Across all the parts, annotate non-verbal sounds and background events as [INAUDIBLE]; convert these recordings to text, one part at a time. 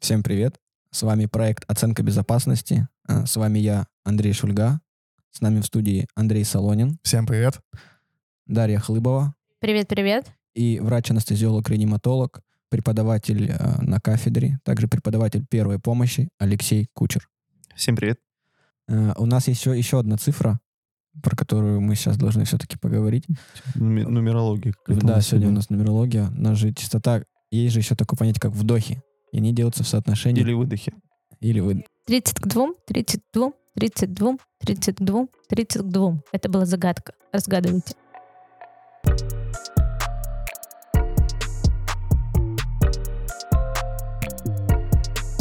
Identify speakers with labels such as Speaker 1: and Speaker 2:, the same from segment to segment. Speaker 1: Всем привет. С вами проект «Оценка безопасности». Э, С вами я, Андрей Шульга. С нами в студии Андрей Солонин,
Speaker 2: Всем привет.
Speaker 1: Дарья Хлыбова
Speaker 3: Привет-привет.
Speaker 1: и врач-анестезиолог-реаниматолог, преподаватель э, на кафедре, также преподаватель первой помощи Алексей Кучер.
Speaker 4: Всем привет.
Speaker 1: Э, У нас еще, еще одна цифра, про которую мы сейчас должны все-таки поговорить.
Speaker 2: Э,
Speaker 4: Нуме- Нумерология. какая-то
Speaker 1: Да,
Speaker 4: нас
Speaker 1: сегодня у нас нумерология, у нас же частота, есть же еще такое понятие, как вдохи. И они делаются в соотношении...
Speaker 4: Или выдохи.
Speaker 1: или вы...
Speaker 3: 30 к 2, 32, 32, 32, 30 к 2. Это была загадка. Разгадывайте.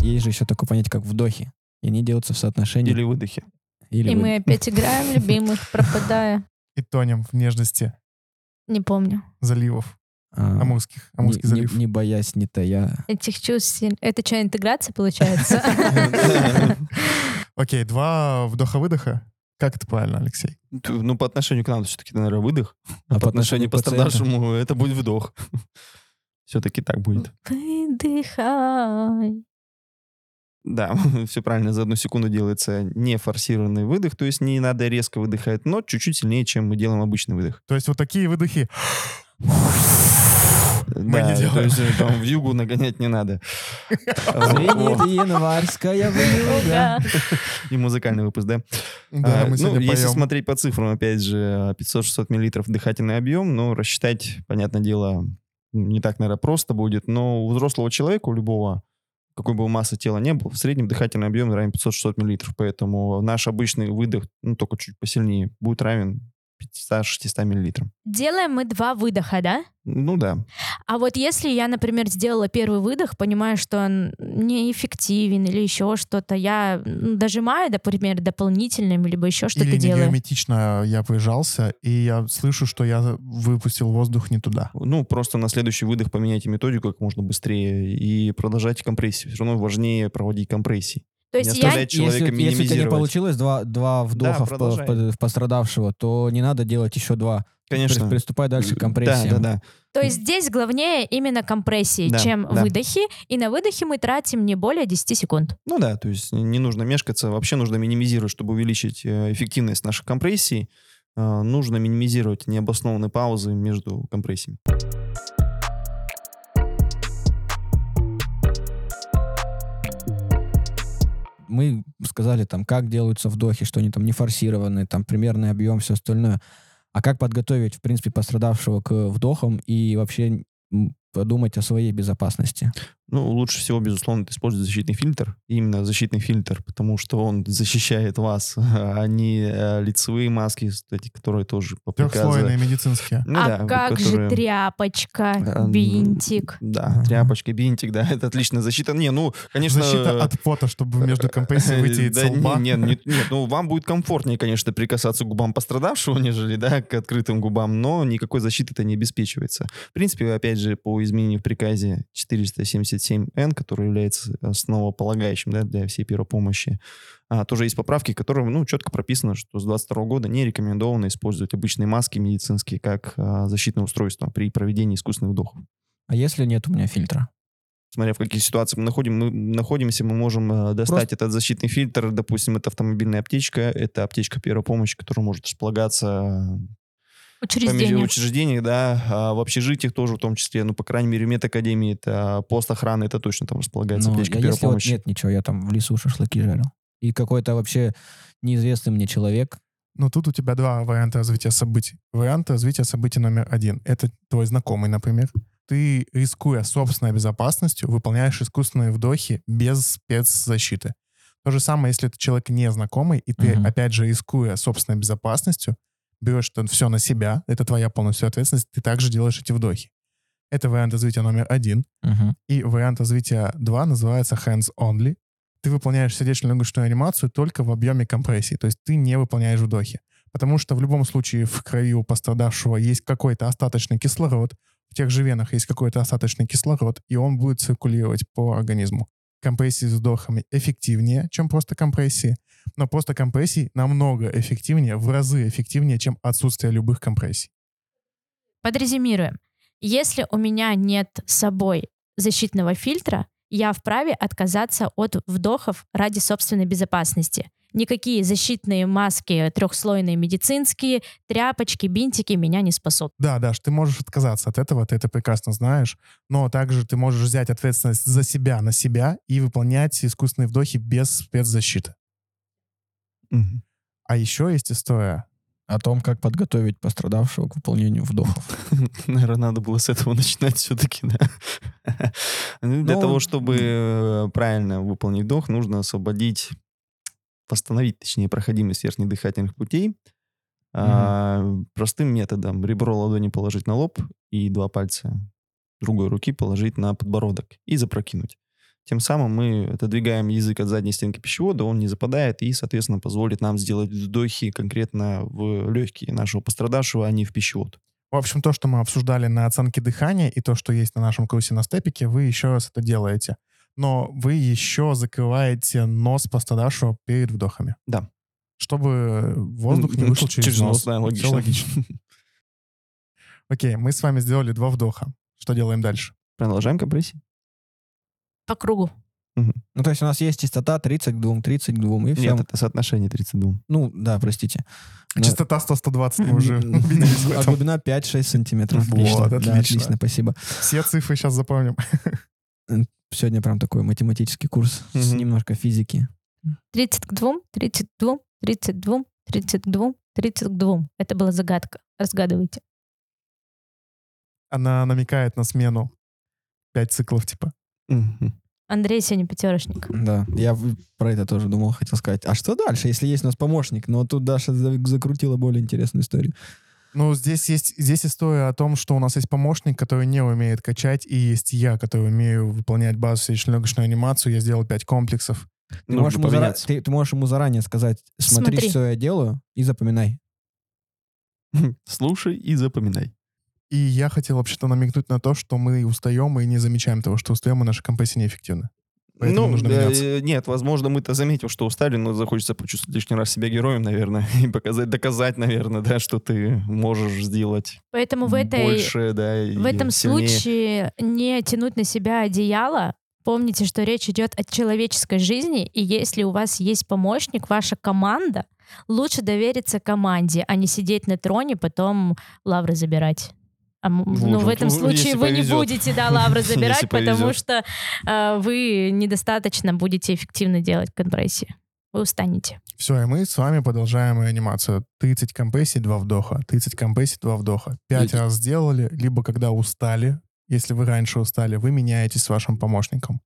Speaker 1: Есть же еще такое понятие, как вдохи. И они делаются в соотношении...
Speaker 4: Или [LAUGHS] выдохи.
Speaker 1: или
Speaker 3: И
Speaker 1: вы-
Speaker 3: мы опять играем любимых, пропадая.
Speaker 2: И тонем в нежности
Speaker 3: Не помню.
Speaker 2: заливов.
Speaker 1: а,
Speaker 2: Амурских.
Speaker 1: не,
Speaker 2: Амурский
Speaker 1: не-
Speaker 2: залив.
Speaker 1: не боясь, не тая.
Speaker 3: Этих чувств сильно- Это что, интеграция получается? [LAUGHS]
Speaker 2: Окей, два вдоха-выдоха. Как это правильно, Алексей?
Speaker 4: Ту- Ну, по отношению к нам все-таки, наверное, выдох.
Speaker 1: А
Speaker 4: По отношению к
Speaker 1: пациенту-
Speaker 4: пострадавшему это будет вдох. [LAUGHS] Все-таки так будет.
Speaker 3: Выдыхай.
Speaker 4: Да, [LAUGHS] все правильно. За одну секунду делается нефорсированный выдох, то есть не надо резко выдыхать, но чуть-чуть сильнее, чем мы делаем обычный выдох. [LAUGHS]
Speaker 2: То есть вот такие выдохи.
Speaker 4: А,
Speaker 2: Мы
Speaker 4: Да,
Speaker 2: не
Speaker 4: То
Speaker 2: делаем.
Speaker 4: есть э, там в югу нагонять не [LAUGHS] надо. А Вот. [LAUGHS]
Speaker 1: Звенит январская вьюга.
Speaker 3: Ура.
Speaker 4: И музыкальный выпуск, да?
Speaker 2: Да,
Speaker 4: А,
Speaker 2: мы
Speaker 4: ну,
Speaker 2: сегодня
Speaker 4: если
Speaker 2: поем.
Speaker 4: смотреть по цифрам, опять же, 500-600 миллилитров дыхательный объем, ну, рассчитать, понятное дело, не так, наверное, просто будет, но у взрослого человека, у любого, какой бы массы тела не был, в среднем дыхательный объем равен 500-600 миллилитров, поэтому наш обычный выдох, ну, только чуть посильнее, будет равен 500-600 миллилитрам.
Speaker 3: Делаем мы два выдоха, да?
Speaker 4: Ну да.
Speaker 3: А вот если я, например, сделала первый выдох, понимаю, что он неэффективен или еще что-то, я м, дожимаю, например, дополнительным, либо еще
Speaker 2: Или
Speaker 3: что-то делаю.
Speaker 2: негерметично я прижался, и я слышу, что я выпустил воздух не туда.
Speaker 4: Ну, просто на следующий выдох поменяйте методику как можно быстрее и продолжайте компрессию. Все равно важнее проводить компрессии.
Speaker 3: То есть
Speaker 4: не
Speaker 3: я
Speaker 4: оставлять
Speaker 1: Если,
Speaker 4: человека
Speaker 1: если у тебя не
Speaker 4: минимизировать.
Speaker 1: получилось два, два вдоха в по- в,
Speaker 4: продолжай.
Speaker 1: под- в пострадавшего, то не надо делать еще два.
Speaker 4: Конечно. э,
Speaker 1: При- Приступай дальше к компрессии.
Speaker 4: Да, да, да.
Speaker 3: То есть здесь главнее именно компрессии,
Speaker 4: Да,
Speaker 3: чем
Speaker 4: да.
Speaker 3: выдохи. И на выдохе мы тратим не более 10 секунд.
Speaker 4: Ну да, то есть не нужно мешкаться, вообще нужно минимизировать, чтобы увеличить э, эффективность наших компрессий. Э, Нужно минимизировать необоснованные паузы между компрессиями.
Speaker 1: Мы сказали там, как делаются вдохи, что они там не форсированные, там примерный объем, все остальное. А как подготовить, в принципе, пострадавшего к вдохам и вообще м, подумать о своей безопасности?
Speaker 4: Ну, лучше всего, безусловно, это использовать защитный фильтр. Именно защитный фильтр, потому что он защищает вас, [LAUGHS] а не э, лицевые маски, кстати, которые тоже по
Speaker 2: Трехслойные
Speaker 4: приказу-
Speaker 2: медицинские.
Speaker 4: Ну
Speaker 3: а
Speaker 4: да,
Speaker 3: как
Speaker 4: которые-
Speaker 3: же тряпочка,
Speaker 4: Э,
Speaker 3: бинтик?
Speaker 4: Да, тряпочка, бинтик, да, [LAUGHS] это отличная защита. Не, ну, конечно...
Speaker 2: Защита от пота, чтобы между компрессией
Speaker 4: [LAUGHS]
Speaker 2: выйти
Speaker 4: Э,
Speaker 2: из
Speaker 4: да,
Speaker 2: лба.
Speaker 4: не- не- Нет, нет, ну вам будет комфортнее, конечно, прикасаться к губам пострадавшего, [LAUGHS] нежели, да, к открытым губам, но никакой защиты это не обеспечивается. В принципе, опять же, по изменению в приказе 477Н, который является основополагающим, да, для всей первой помощи, а, тоже есть поправки, в которых, ну, четко прописано, что с 22 года не рекомендовано использовать обычные маски медицинские как а, защитное устройство при проведении искусственных вдохов
Speaker 1: А если нет у меня фильтра?
Speaker 4: смотря в каких ситуациях мы, находим, мы находимся, мы можем э, достать этот защитный фильтр. Допустим, это автомобильная аптечка, это аптечка первой помощи, которая может располагаться э, в
Speaker 3: Учреждение.
Speaker 4: учреждениях, да, а в общежитиях тоже в том числе, ну, по крайней мере, в медакадемии, это э, пост охраны, это точно там располагается
Speaker 1: Ну,
Speaker 4: аптечка
Speaker 1: а
Speaker 4: первой
Speaker 1: если вот
Speaker 4: помощи.
Speaker 1: нет ничего, я там в лесу шашлыки жарил. И какой-то вообще неизвестный мне человек.
Speaker 2: Но тут у тебя два варианта развития событий. Вариант развития событий номер один. Это твой знакомый, например. Ты, рискуя собственной безопасностью, выполняешь искусственные вдохи без спецзащиты. То же самое, если это человек незнакомый, и ты,
Speaker 1: Мгм.
Speaker 2: опять же, рискуя собственной безопасностью, берешь это все на себя, это твоя полностью ответственность, ты также делаешь эти вдохи. Это вариант развития номер один. И вариант развития 2 называется hands-only. Ты выполняешь сердечно-легочную анимацию только в объеме компрессии, то есть ты не выполняешь вдохи. Потому что в любом случае в крови у пострадавшего есть какой-то остаточный кислород, в тех же венах есть какой-то остаточный кислород, и он будет циркулировать по организму. Компрессии с вдохами эффективнее, чем просто компрессии, но просто компрессии намного эффективнее, в разы эффективнее, чем отсутствие любых компрессий.
Speaker 3: Подрезюмируем. Если у меня нет с собой защитного фильтра, я вправе отказаться от вдохов ради собственной безопасности. Никакие защитные маски, трехслойные медицинские, тряпочки, бинтики меня не спасут.
Speaker 2: Да, Даш, ты можешь отказаться от этого, ты это прекрасно знаешь, но также ты можешь взять ответственность за себя на себя и выполнять искусственные вдохи без спецзащиты.
Speaker 4: Мгм.
Speaker 2: А еще есть история.
Speaker 1: О том, как подготовить пострадавшего к выполнению вдохов.
Speaker 2: [LAUGHS]
Speaker 4: [LAUGHS] Наверное, надо было с этого [LAUGHS] начинать все-таки, да. [LAUGHS] Ну, Для
Speaker 1: Ну,
Speaker 4: того, чтобы э, правильно выполнить вдох, нужно освободить, восстановить, точнее, проходимость верхних дыхательных путей. А, Простым методом ребро ладони положить на лоб и два пальца другой руки положить на подбородок и запрокинуть. Тем самым мы отодвигаем язык от задней стенки пищевода, он не западает и, соответственно, позволит нам сделать вдохи конкретно в легкие нашего пострадавшего, а не в пищевод.
Speaker 2: В общем, то, что мы обсуждали на оценке дыхания и то, что есть на нашем курсе на степике, вы еще раз это делаете. Но вы еще закрываете нос пострадавшего перед вдохами.
Speaker 4: Да.
Speaker 2: Чтобы воздух не
Speaker 4: Ну,
Speaker 2: вышел
Speaker 4: ч-
Speaker 2: через, нос.
Speaker 4: да,
Speaker 2: Всё
Speaker 4: логично. [LAUGHS]
Speaker 2: Окей, мы с вами сделали два вдоха. Что делаем дальше?
Speaker 4: Продолжаем компрессии.
Speaker 3: По кругу.
Speaker 1: Ну, то есть у нас есть частота 30 к 2, 30 к 2, и все.
Speaker 4: Нет, это соотношение 32.
Speaker 1: Ну, да, простите. Да.
Speaker 2: Частота 100-120 мы уже
Speaker 1: М,
Speaker 2: [LAUGHS] убедились в
Speaker 1: А
Speaker 2: этом.
Speaker 1: глубина 5-6 сантиметров.
Speaker 2: Вот,
Speaker 1: Да,
Speaker 2: отлично.
Speaker 1: отлично, спасибо.
Speaker 2: Все цифры сейчас запомним.
Speaker 1: Сегодня прям такой математический курс с
Speaker 4: Мгм.
Speaker 1: немножко физики.
Speaker 3: 30 к 2, 30 к 2, 30 к 2, 30 к 2, 30 к 2. Это была загадка. Разгадывайте.
Speaker 2: Она намекает на смену. Пять циклов, типа.
Speaker 4: Мгм.
Speaker 3: Андрей сегодня пятерочник.
Speaker 1: Да, я в- про это тоже думал, хотел сказать. А что дальше, если есть у нас помощник? Но тут Даша за- закрутила более интересную историю.
Speaker 2: Ну, здесь есть здесь история о том, что у нас есть помощник, который не умеет качать, и есть я, который умею выполнять базу сердечно-легочную анимацию. Я сделал пять комплексов.
Speaker 1: Ты
Speaker 4: Нужно
Speaker 1: Ну, можешь, ему зара-
Speaker 4: поменяться.
Speaker 1: ты- ты можешь ему заранее сказать, смотри,
Speaker 3: Смотри.
Speaker 1: что я делаю, и запоминай.
Speaker 4: [LAUGHS] Слушай и запоминай.
Speaker 2: И я хотел вообще-то намекнуть на то, что мы устаем и не замечаем того, что устаем, и наша компрессия неэффективна. Поэтому нужно
Speaker 4: да,
Speaker 2: меняться.
Speaker 4: э, нет, возможно, мы-то заметим, что устали, но захочется почувствовать лишний раз себя героем, наверное, [LAUGHS] и показать, доказать, наверное, да, что ты можешь сделать
Speaker 3: Поэтому Ну, в этой...
Speaker 4: больше, да, и
Speaker 3: В этом
Speaker 4: сильнее.
Speaker 3: случае не тянуть на себя одеяло. Помните, что речь идет о человеческой жизни, и если у вас есть помощник, ваша команда, лучше довериться команде, а не сидеть на троне, потом лавры забирать. А, м,
Speaker 4: Вот,
Speaker 3: ну, в
Speaker 4: вот,
Speaker 3: этом
Speaker 4: ну,
Speaker 3: случае
Speaker 4: если
Speaker 3: вы не
Speaker 4: повезет. Ну,
Speaker 3: будете да,
Speaker 4: [LAUGHS]
Speaker 3: лавры
Speaker 4: Если
Speaker 3: забирать, потому
Speaker 4: повезет.
Speaker 3: что э, вы недостаточно будете эффективно делать компрессии. Вы устанете.
Speaker 2: Все, и мы с вами продолжаем анимацию. 30 компрессий, 2 вдоха. 30 компрессий, 2 вдоха. Пять
Speaker 1: И-
Speaker 2: раз сделали, либо когда устали, если вы раньше устали, вы меняетесь с вашим помощником.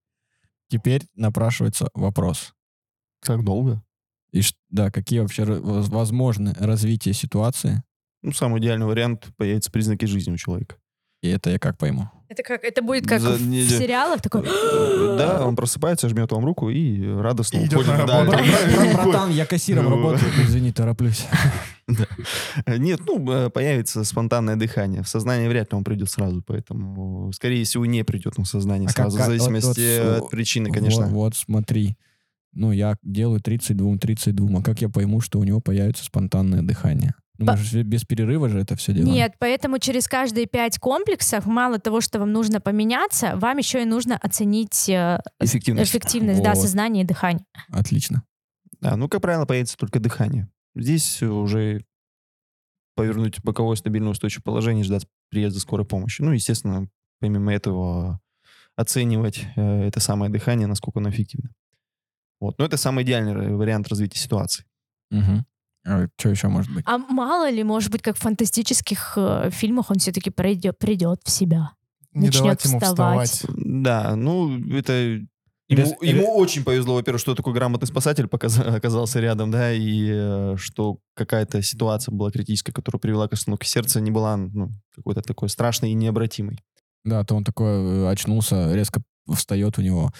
Speaker 1: Теперь напрашивается вопрос.
Speaker 4: Как долго?
Speaker 1: И ш- да, какие вообще ра- воз- возможны развития ситуации?
Speaker 4: Ну, самый идеальный вариант появятся признаки жизни у человека.
Speaker 1: И это я как пойму?
Speaker 3: Это, как, это будет как
Speaker 4: как За в-
Speaker 3: в,
Speaker 4: в неделю.
Speaker 3: сериалах, такой...
Speaker 4: Э, Да, он просыпается, жмет вам руку и радостно
Speaker 2: И идет
Speaker 4: уходит
Speaker 2: на
Speaker 4: Да,
Speaker 2: работу.
Speaker 4: А, это-
Speaker 1: Братан, я кассиром
Speaker 4: Ну. [LAUGHS]
Speaker 1: работаю. Извини, тороплюсь.
Speaker 4: Нет, ну, э, появится спонтанное дыхание. В сознание вряд ли он придет сразу, поэтому, скорее всего, не придет он в сознание
Speaker 1: А как-
Speaker 4: сразу, в
Speaker 1: как- вот-
Speaker 4: зависимости
Speaker 1: вот, э,
Speaker 4: от причины, конечно.
Speaker 1: Вот, вот, смотри. Ну, я делаю 32, 32. А как я пойму, что у него появится спонтанное дыхание? Ну,
Speaker 3: По-
Speaker 1: мы же без перерыва же это все делаем.
Speaker 3: Нет, поэтому через каждые пять комплексов, мало того, что вам нужно поменяться, вам еще и нужно оценить э,
Speaker 4: Эффективность.
Speaker 3: эффективность да,
Speaker 1: Вот.
Speaker 3: сознания и дыхания.
Speaker 1: Отлично.
Speaker 4: Да, ну, как правило, появится только дыхание. Здесь уже повернуть в боковое стабильное устойчивое положение, ждать приезда скорой помощи. Ну, естественно, помимо этого оценивать э, это самое дыхание, насколько оно эффективно. Вот. Но это самый идеальный ра- вариант развития ситуации.
Speaker 1: что еще может быть?
Speaker 3: А мало ли, может быть, как в фантастических э, фильмах он все-таки пройдет, придет в себя.
Speaker 2: Не
Speaker 3: Начнет
Speaker 2: давать ему
Speaker 3: вставать.
Speaker 2: вставать.
Speaker 4: Да, ну, это... э,
Speaker 1: Рез-
Speaker 4: Ему, ему очень повезло, во-первых, что такой грамотный спасатель показ- [LAUGHS] оказался рядом, да, и э, что какая-то ситуация была критическая, которая привела к остановке сердца, не была ну, какой-то такой страшной и необратимой.
Speaker 1: Да, то он такой э, очнулся, резко встает у него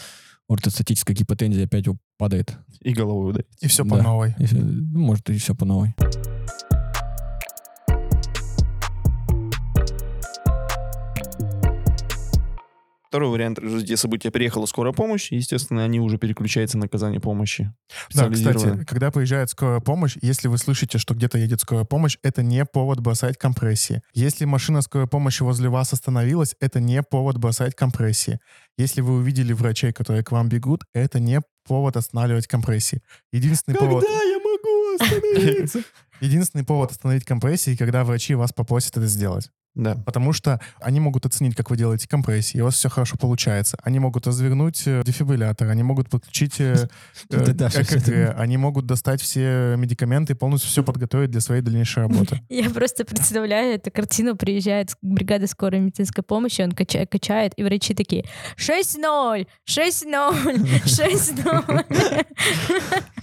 Speaker 1: ортостатическая гипотензия, опять его падает.
Speaker 4: И головой ударить.
Speaker 2: И все по
Speaker 1: Да.
Speaker 2: новой.
Speaker 1: И всё, ну, может, и все по новой.
Speaker 4: Второй вариант развития события. Приехала скорая помощь, и, естественно, они уже переключаются на оказание помощи.
Speaker 2: Да,
Speaker 4: специализированной.
Speaker 2: кстати, когда приезжает скорая помощь, если вы слышите, что где-то едет скорая помощь, это не повод бросать компрессии. Если машина скорой помощи возле вас остановилась, это не повод бросать компрессии. Если вы увидели врачей, которые к вам бегут, это не повод останавливать компрессии. Единственный повод...
Speaker 4: я могу остановиться?
Speaker 2: [LAUGHS] Единственный повод остановить компрессии, когда врачи вас попросят это сделать.
Speaker 4: Да.
Speaker 2: Потому что они могут оценить, как вы делаете компрессии, и у вас все хорошо получается. Они могут развернуть э, дефибриллятор, они могут
Speaker 1: [LAUGHS]
Speaker 2: подключить э, э,
Speaker 1: Да-да, всё это.
Speaker 2: ЭКГ, они могут достать все медикаменты и полностью все подготовить для своей дальнейшей
Speaker 1: [LAUGHS]
Speaker 2: работы.
Speaker 3: Я просто представляю эту картину. Приезжает бригада скорой медицинской помощи, он кача- качает, и врачи такие 6-0,
Speaker 1: [LAUGHS]
Speaker 3: 6-0, 6-0.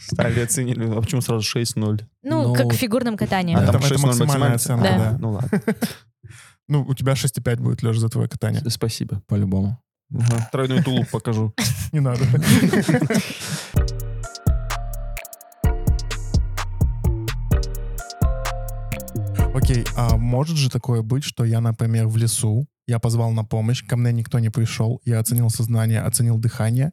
Speaker 4: Стали оценили. А почему сразу 6-0?
Speaker 3: Ну,
Speaker 1: Ну,
Speaker 3: как в фигурном катании.
Speaker 4: А
Speaker 2: Там
Speaker 4: там
Speaker 2: это
Speaker 4: 6-0
Speaker 2: максимальная
Speaker 4: максимально?
Speaker 2: оценка,
Speaker 3: Да.
Speaker 2: да.
Speaker 4: Ну ладно,
Speaker 2: Ну, у тебя 6,5 будет, Леша, за твое катание.
Speaker 4: спасибо.
Speaker 1: По-любому.
Speaker 4: Ага, Тройной тулуп покажу.
Speaker 2: Не надо. Окей, а может же такое быть, что я, например, в лесу, я позвал на помощь, ко мне никто не пришел, я оценил сознание, оценил дыхание,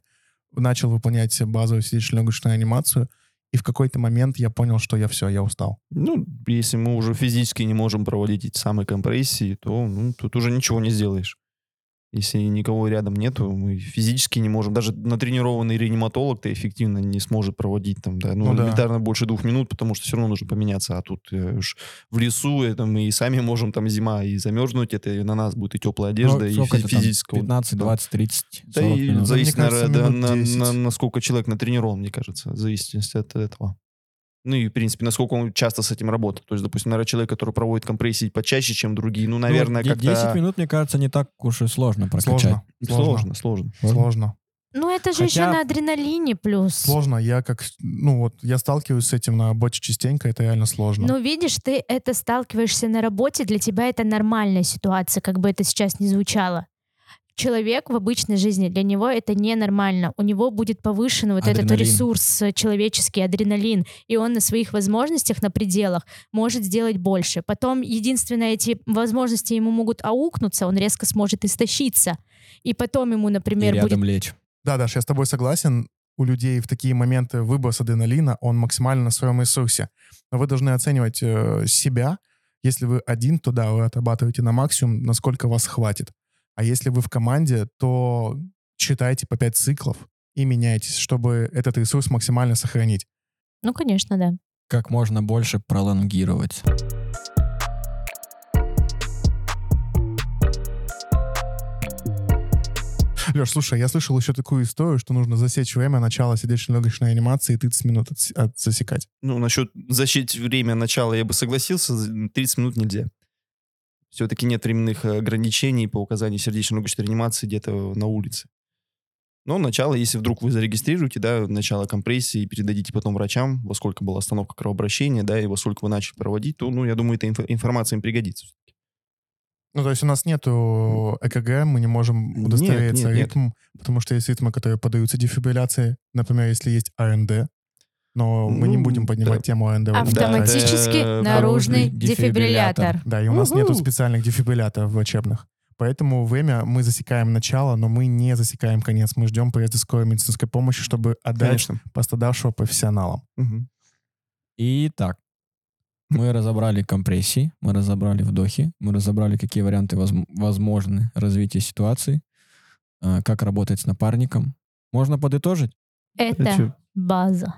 Speaker 2: начал выполнять базовую сердечно-легочную анимацию, и в какой-то момент я понял, что я все, я устал.
Speaker 4: Ну, если мы уже физически не можем проводить эти самые компрессии, то ну, тут уже ничего не сделаешь. Если никого рядом нету, мы физически не можем. Даже натренированный реаниматолог-то эффективно не сможет проводить там, да, ну,
Speaker 2: Ну да.
Speaker 4: элементарно больше двух минут, потому что все равно нужно поменяться. А тут э, уж в лесу это мы и сами можем там зима и замерзнуть, это и на нас будет и теплая одежда,
Speaker 1: Ну,
Speaker 4: и
Speaker 1: сколько это
Speaker 4: фи-
Speaker 1: там,
Speaker 4: физического.
Speaker 1: 15, 20, 30, 40
Speaker 4: Да и
Speaker 1: Ну, минут.
Speaker 4: зависит,
Speaker 2: Мне кажется,
Speaker 4: наверное, да,
Speaker 2: минут
Speaker 4: на-
Speaker 2: 10.
Speaker 4: на- насколько человек натренирован, мне кажется, в зависимости от этого. Ну и, в принципе, насколько он часто с этим работает. То есть, допустим, наверное, человек, который проводит компрессии почаще, чем другие, ну, наверное,
Speaker 1: Ну, вот
Speaker 4: как-то...
Speaker 1: 10 минут, мне кажется, не так уж и сложно прокачать.
Speaker 2: Сложно.
Speaker 4: Сложно, сложно.
Speaker 2: Сложно.
Speaker 3: Ну, это же еще
Speaker 1: Хотя-
Speaker 3: на адреналине плюс.
Speaker 2: Сложно. Я как, ну вот, я сталкиваюсь с этим на работе частенько, это реально сложно.
Speaker 3: Ну, видишь, ты это сталкиваешься на работе, для тебя это нормальная ситуация, как бы это сейчас ни звучало. Человек в обычной жизни, для него это ненормально. У него будет повышен вот этот
Speaker 1: Адреналин.
Speaker 3: ресурс э, человеческий, адреналин, и он на своих возможностях, на пределах может сделать больше. Потом, единственное, эти возможности ему могут аукнуться, он резко сможет истощиться. И потом ему,
Speaker 1: И
Speaker 3: например, будет
Speaker 1: рядом лечь.
Speaker 2: Да, Даш, я с тобой согласен. У людей в такие моменты выброс адреналина, он максимально на своем ресурсе. Но вы должны оценивать э, себя. Если вы один, то да, вы отрабатываете на максимум, насколько вас хватит. А если вы в команде, то читайте по 5 циклов и меняйтесь, чтобы этот ресурс максимально сохранить.
Speaker 3: Ну, конечно, да.
Speaker 1: Как можно больше пролонгировать.
Speaker 2: Леш, слушай, я слышал еще такую историю, что нужно засечь время начала сердечно-легочной анимации и 30 минут отс- от- засекать.
Speaker 4: Ну, насчет защиты время начала я бы согласился, за- 30 минут нельзя. Все-таки нет временных э, ограничений по указанию сердечно-легочной реанимации где-то на улице. Но начало, если вдруг вы зарегистрируете, да, начало компрессии, передадите потом врачам, во сколько была остановка кровообращения, да, и во сколько вы начали проводить, то, ну, я думаю, эта инфо- информация им пригодится.
Speaker 2: Ну, то есть у нас нету ЭКГ, мы не можем
Speaker 4: Нет,
Speaker 2: удостовериться
Speaker 4: нет, нет.
Speaker 2: ритм, потому что есть ритмы, которые поддаются дефибрилляции. Например, если есть АНД, но мы не
Speaker 4: Ну,
Speaker 2: будем поднимать
Speaker 4: да.
Speaker 2: тему АНД. в этом подкасте.
Speaker 3: Автоматически
Speaker 4: это
Speaker 3: наружный
Speaker 1: э, наружный
Speaker 3: дефибриллятор.
Speaker 1: дефибриллятор.
Speaker 2: Да, и у нас
Speaker 3: Уху.
Speaker 2: нету специальных дефибрилляторов врачебных. Поэтому время мы засекаем начало, но мы не засекаем конец. Мы ждем приезда скорой медицинской помощи, чтобы отдать пострадавшего профессионалам.
Speaker 4: Мгм.
Speaker 1: Итак, мы разобрали компрессии, мы разобрали вдохи, мы разобрали, какие варианты возм- возможны развития ситуации, э, как работать с напарником. Можно подытожить?
Speaker 3: Это
Speaker 4: Чё?
Speaker 3: база.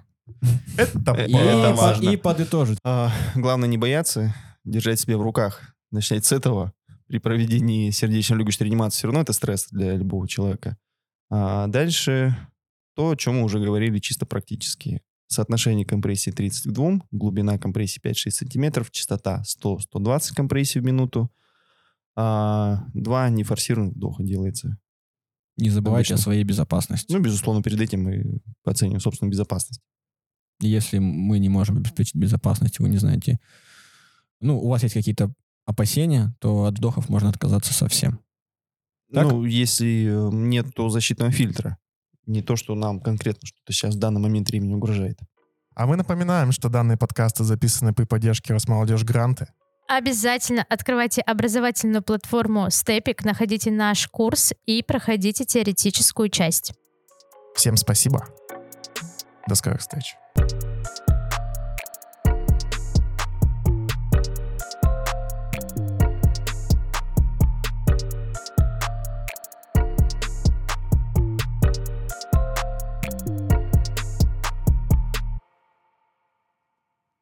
Speaker 2: Это
Speaker 4: Э,
Speaker 1: И,
Speaker 4: Это
Speaker 1: по-
Speaker 4: важно.
Speaker 1: и подытожить.
Speaker 4: А, [LAUGHS] главное не бояться, держать себя в руках. Начать с этого. При проведении сердечно-легочной реанимации все равно это стресс для любого человека. А дальше то, о чем мы уже говорили чисто практически. Соотношение компрессии 30 к 2, глубина компрессии 5-6 сантиметров, частота 100-120 компрессий в минуту. А, два нефорсированных вдоха делается.
Speaker 1: Не забывайте
Speaker 4: Обычно.
Speaker 1: о своей безопасности.
Speaker 4: Ну, безусловно, перед этим мы оценим собственную безопасность.
Speaker 1: Если мы не можем обеспечить безопасность, вы не знаете, ну, у вас есть какие-то опасения, то от вдохов можно отказаться совсем. Так?
Speaker 4: Ну, если э, нет то защитного фильтра. Не то, что нам конкретно что-то сейчас в данный момент времени угрожает.
Speaker 2: А мы напоминаем, что данные подкасты записаны при поддержке Росмолодежь Гранты.
Speaker 3: Обязательно открывайте образовательную платформу Степик, находите наш курс и проходите теоретическую часть.
Speaker 2: Всем спасибо. До скорых встреч.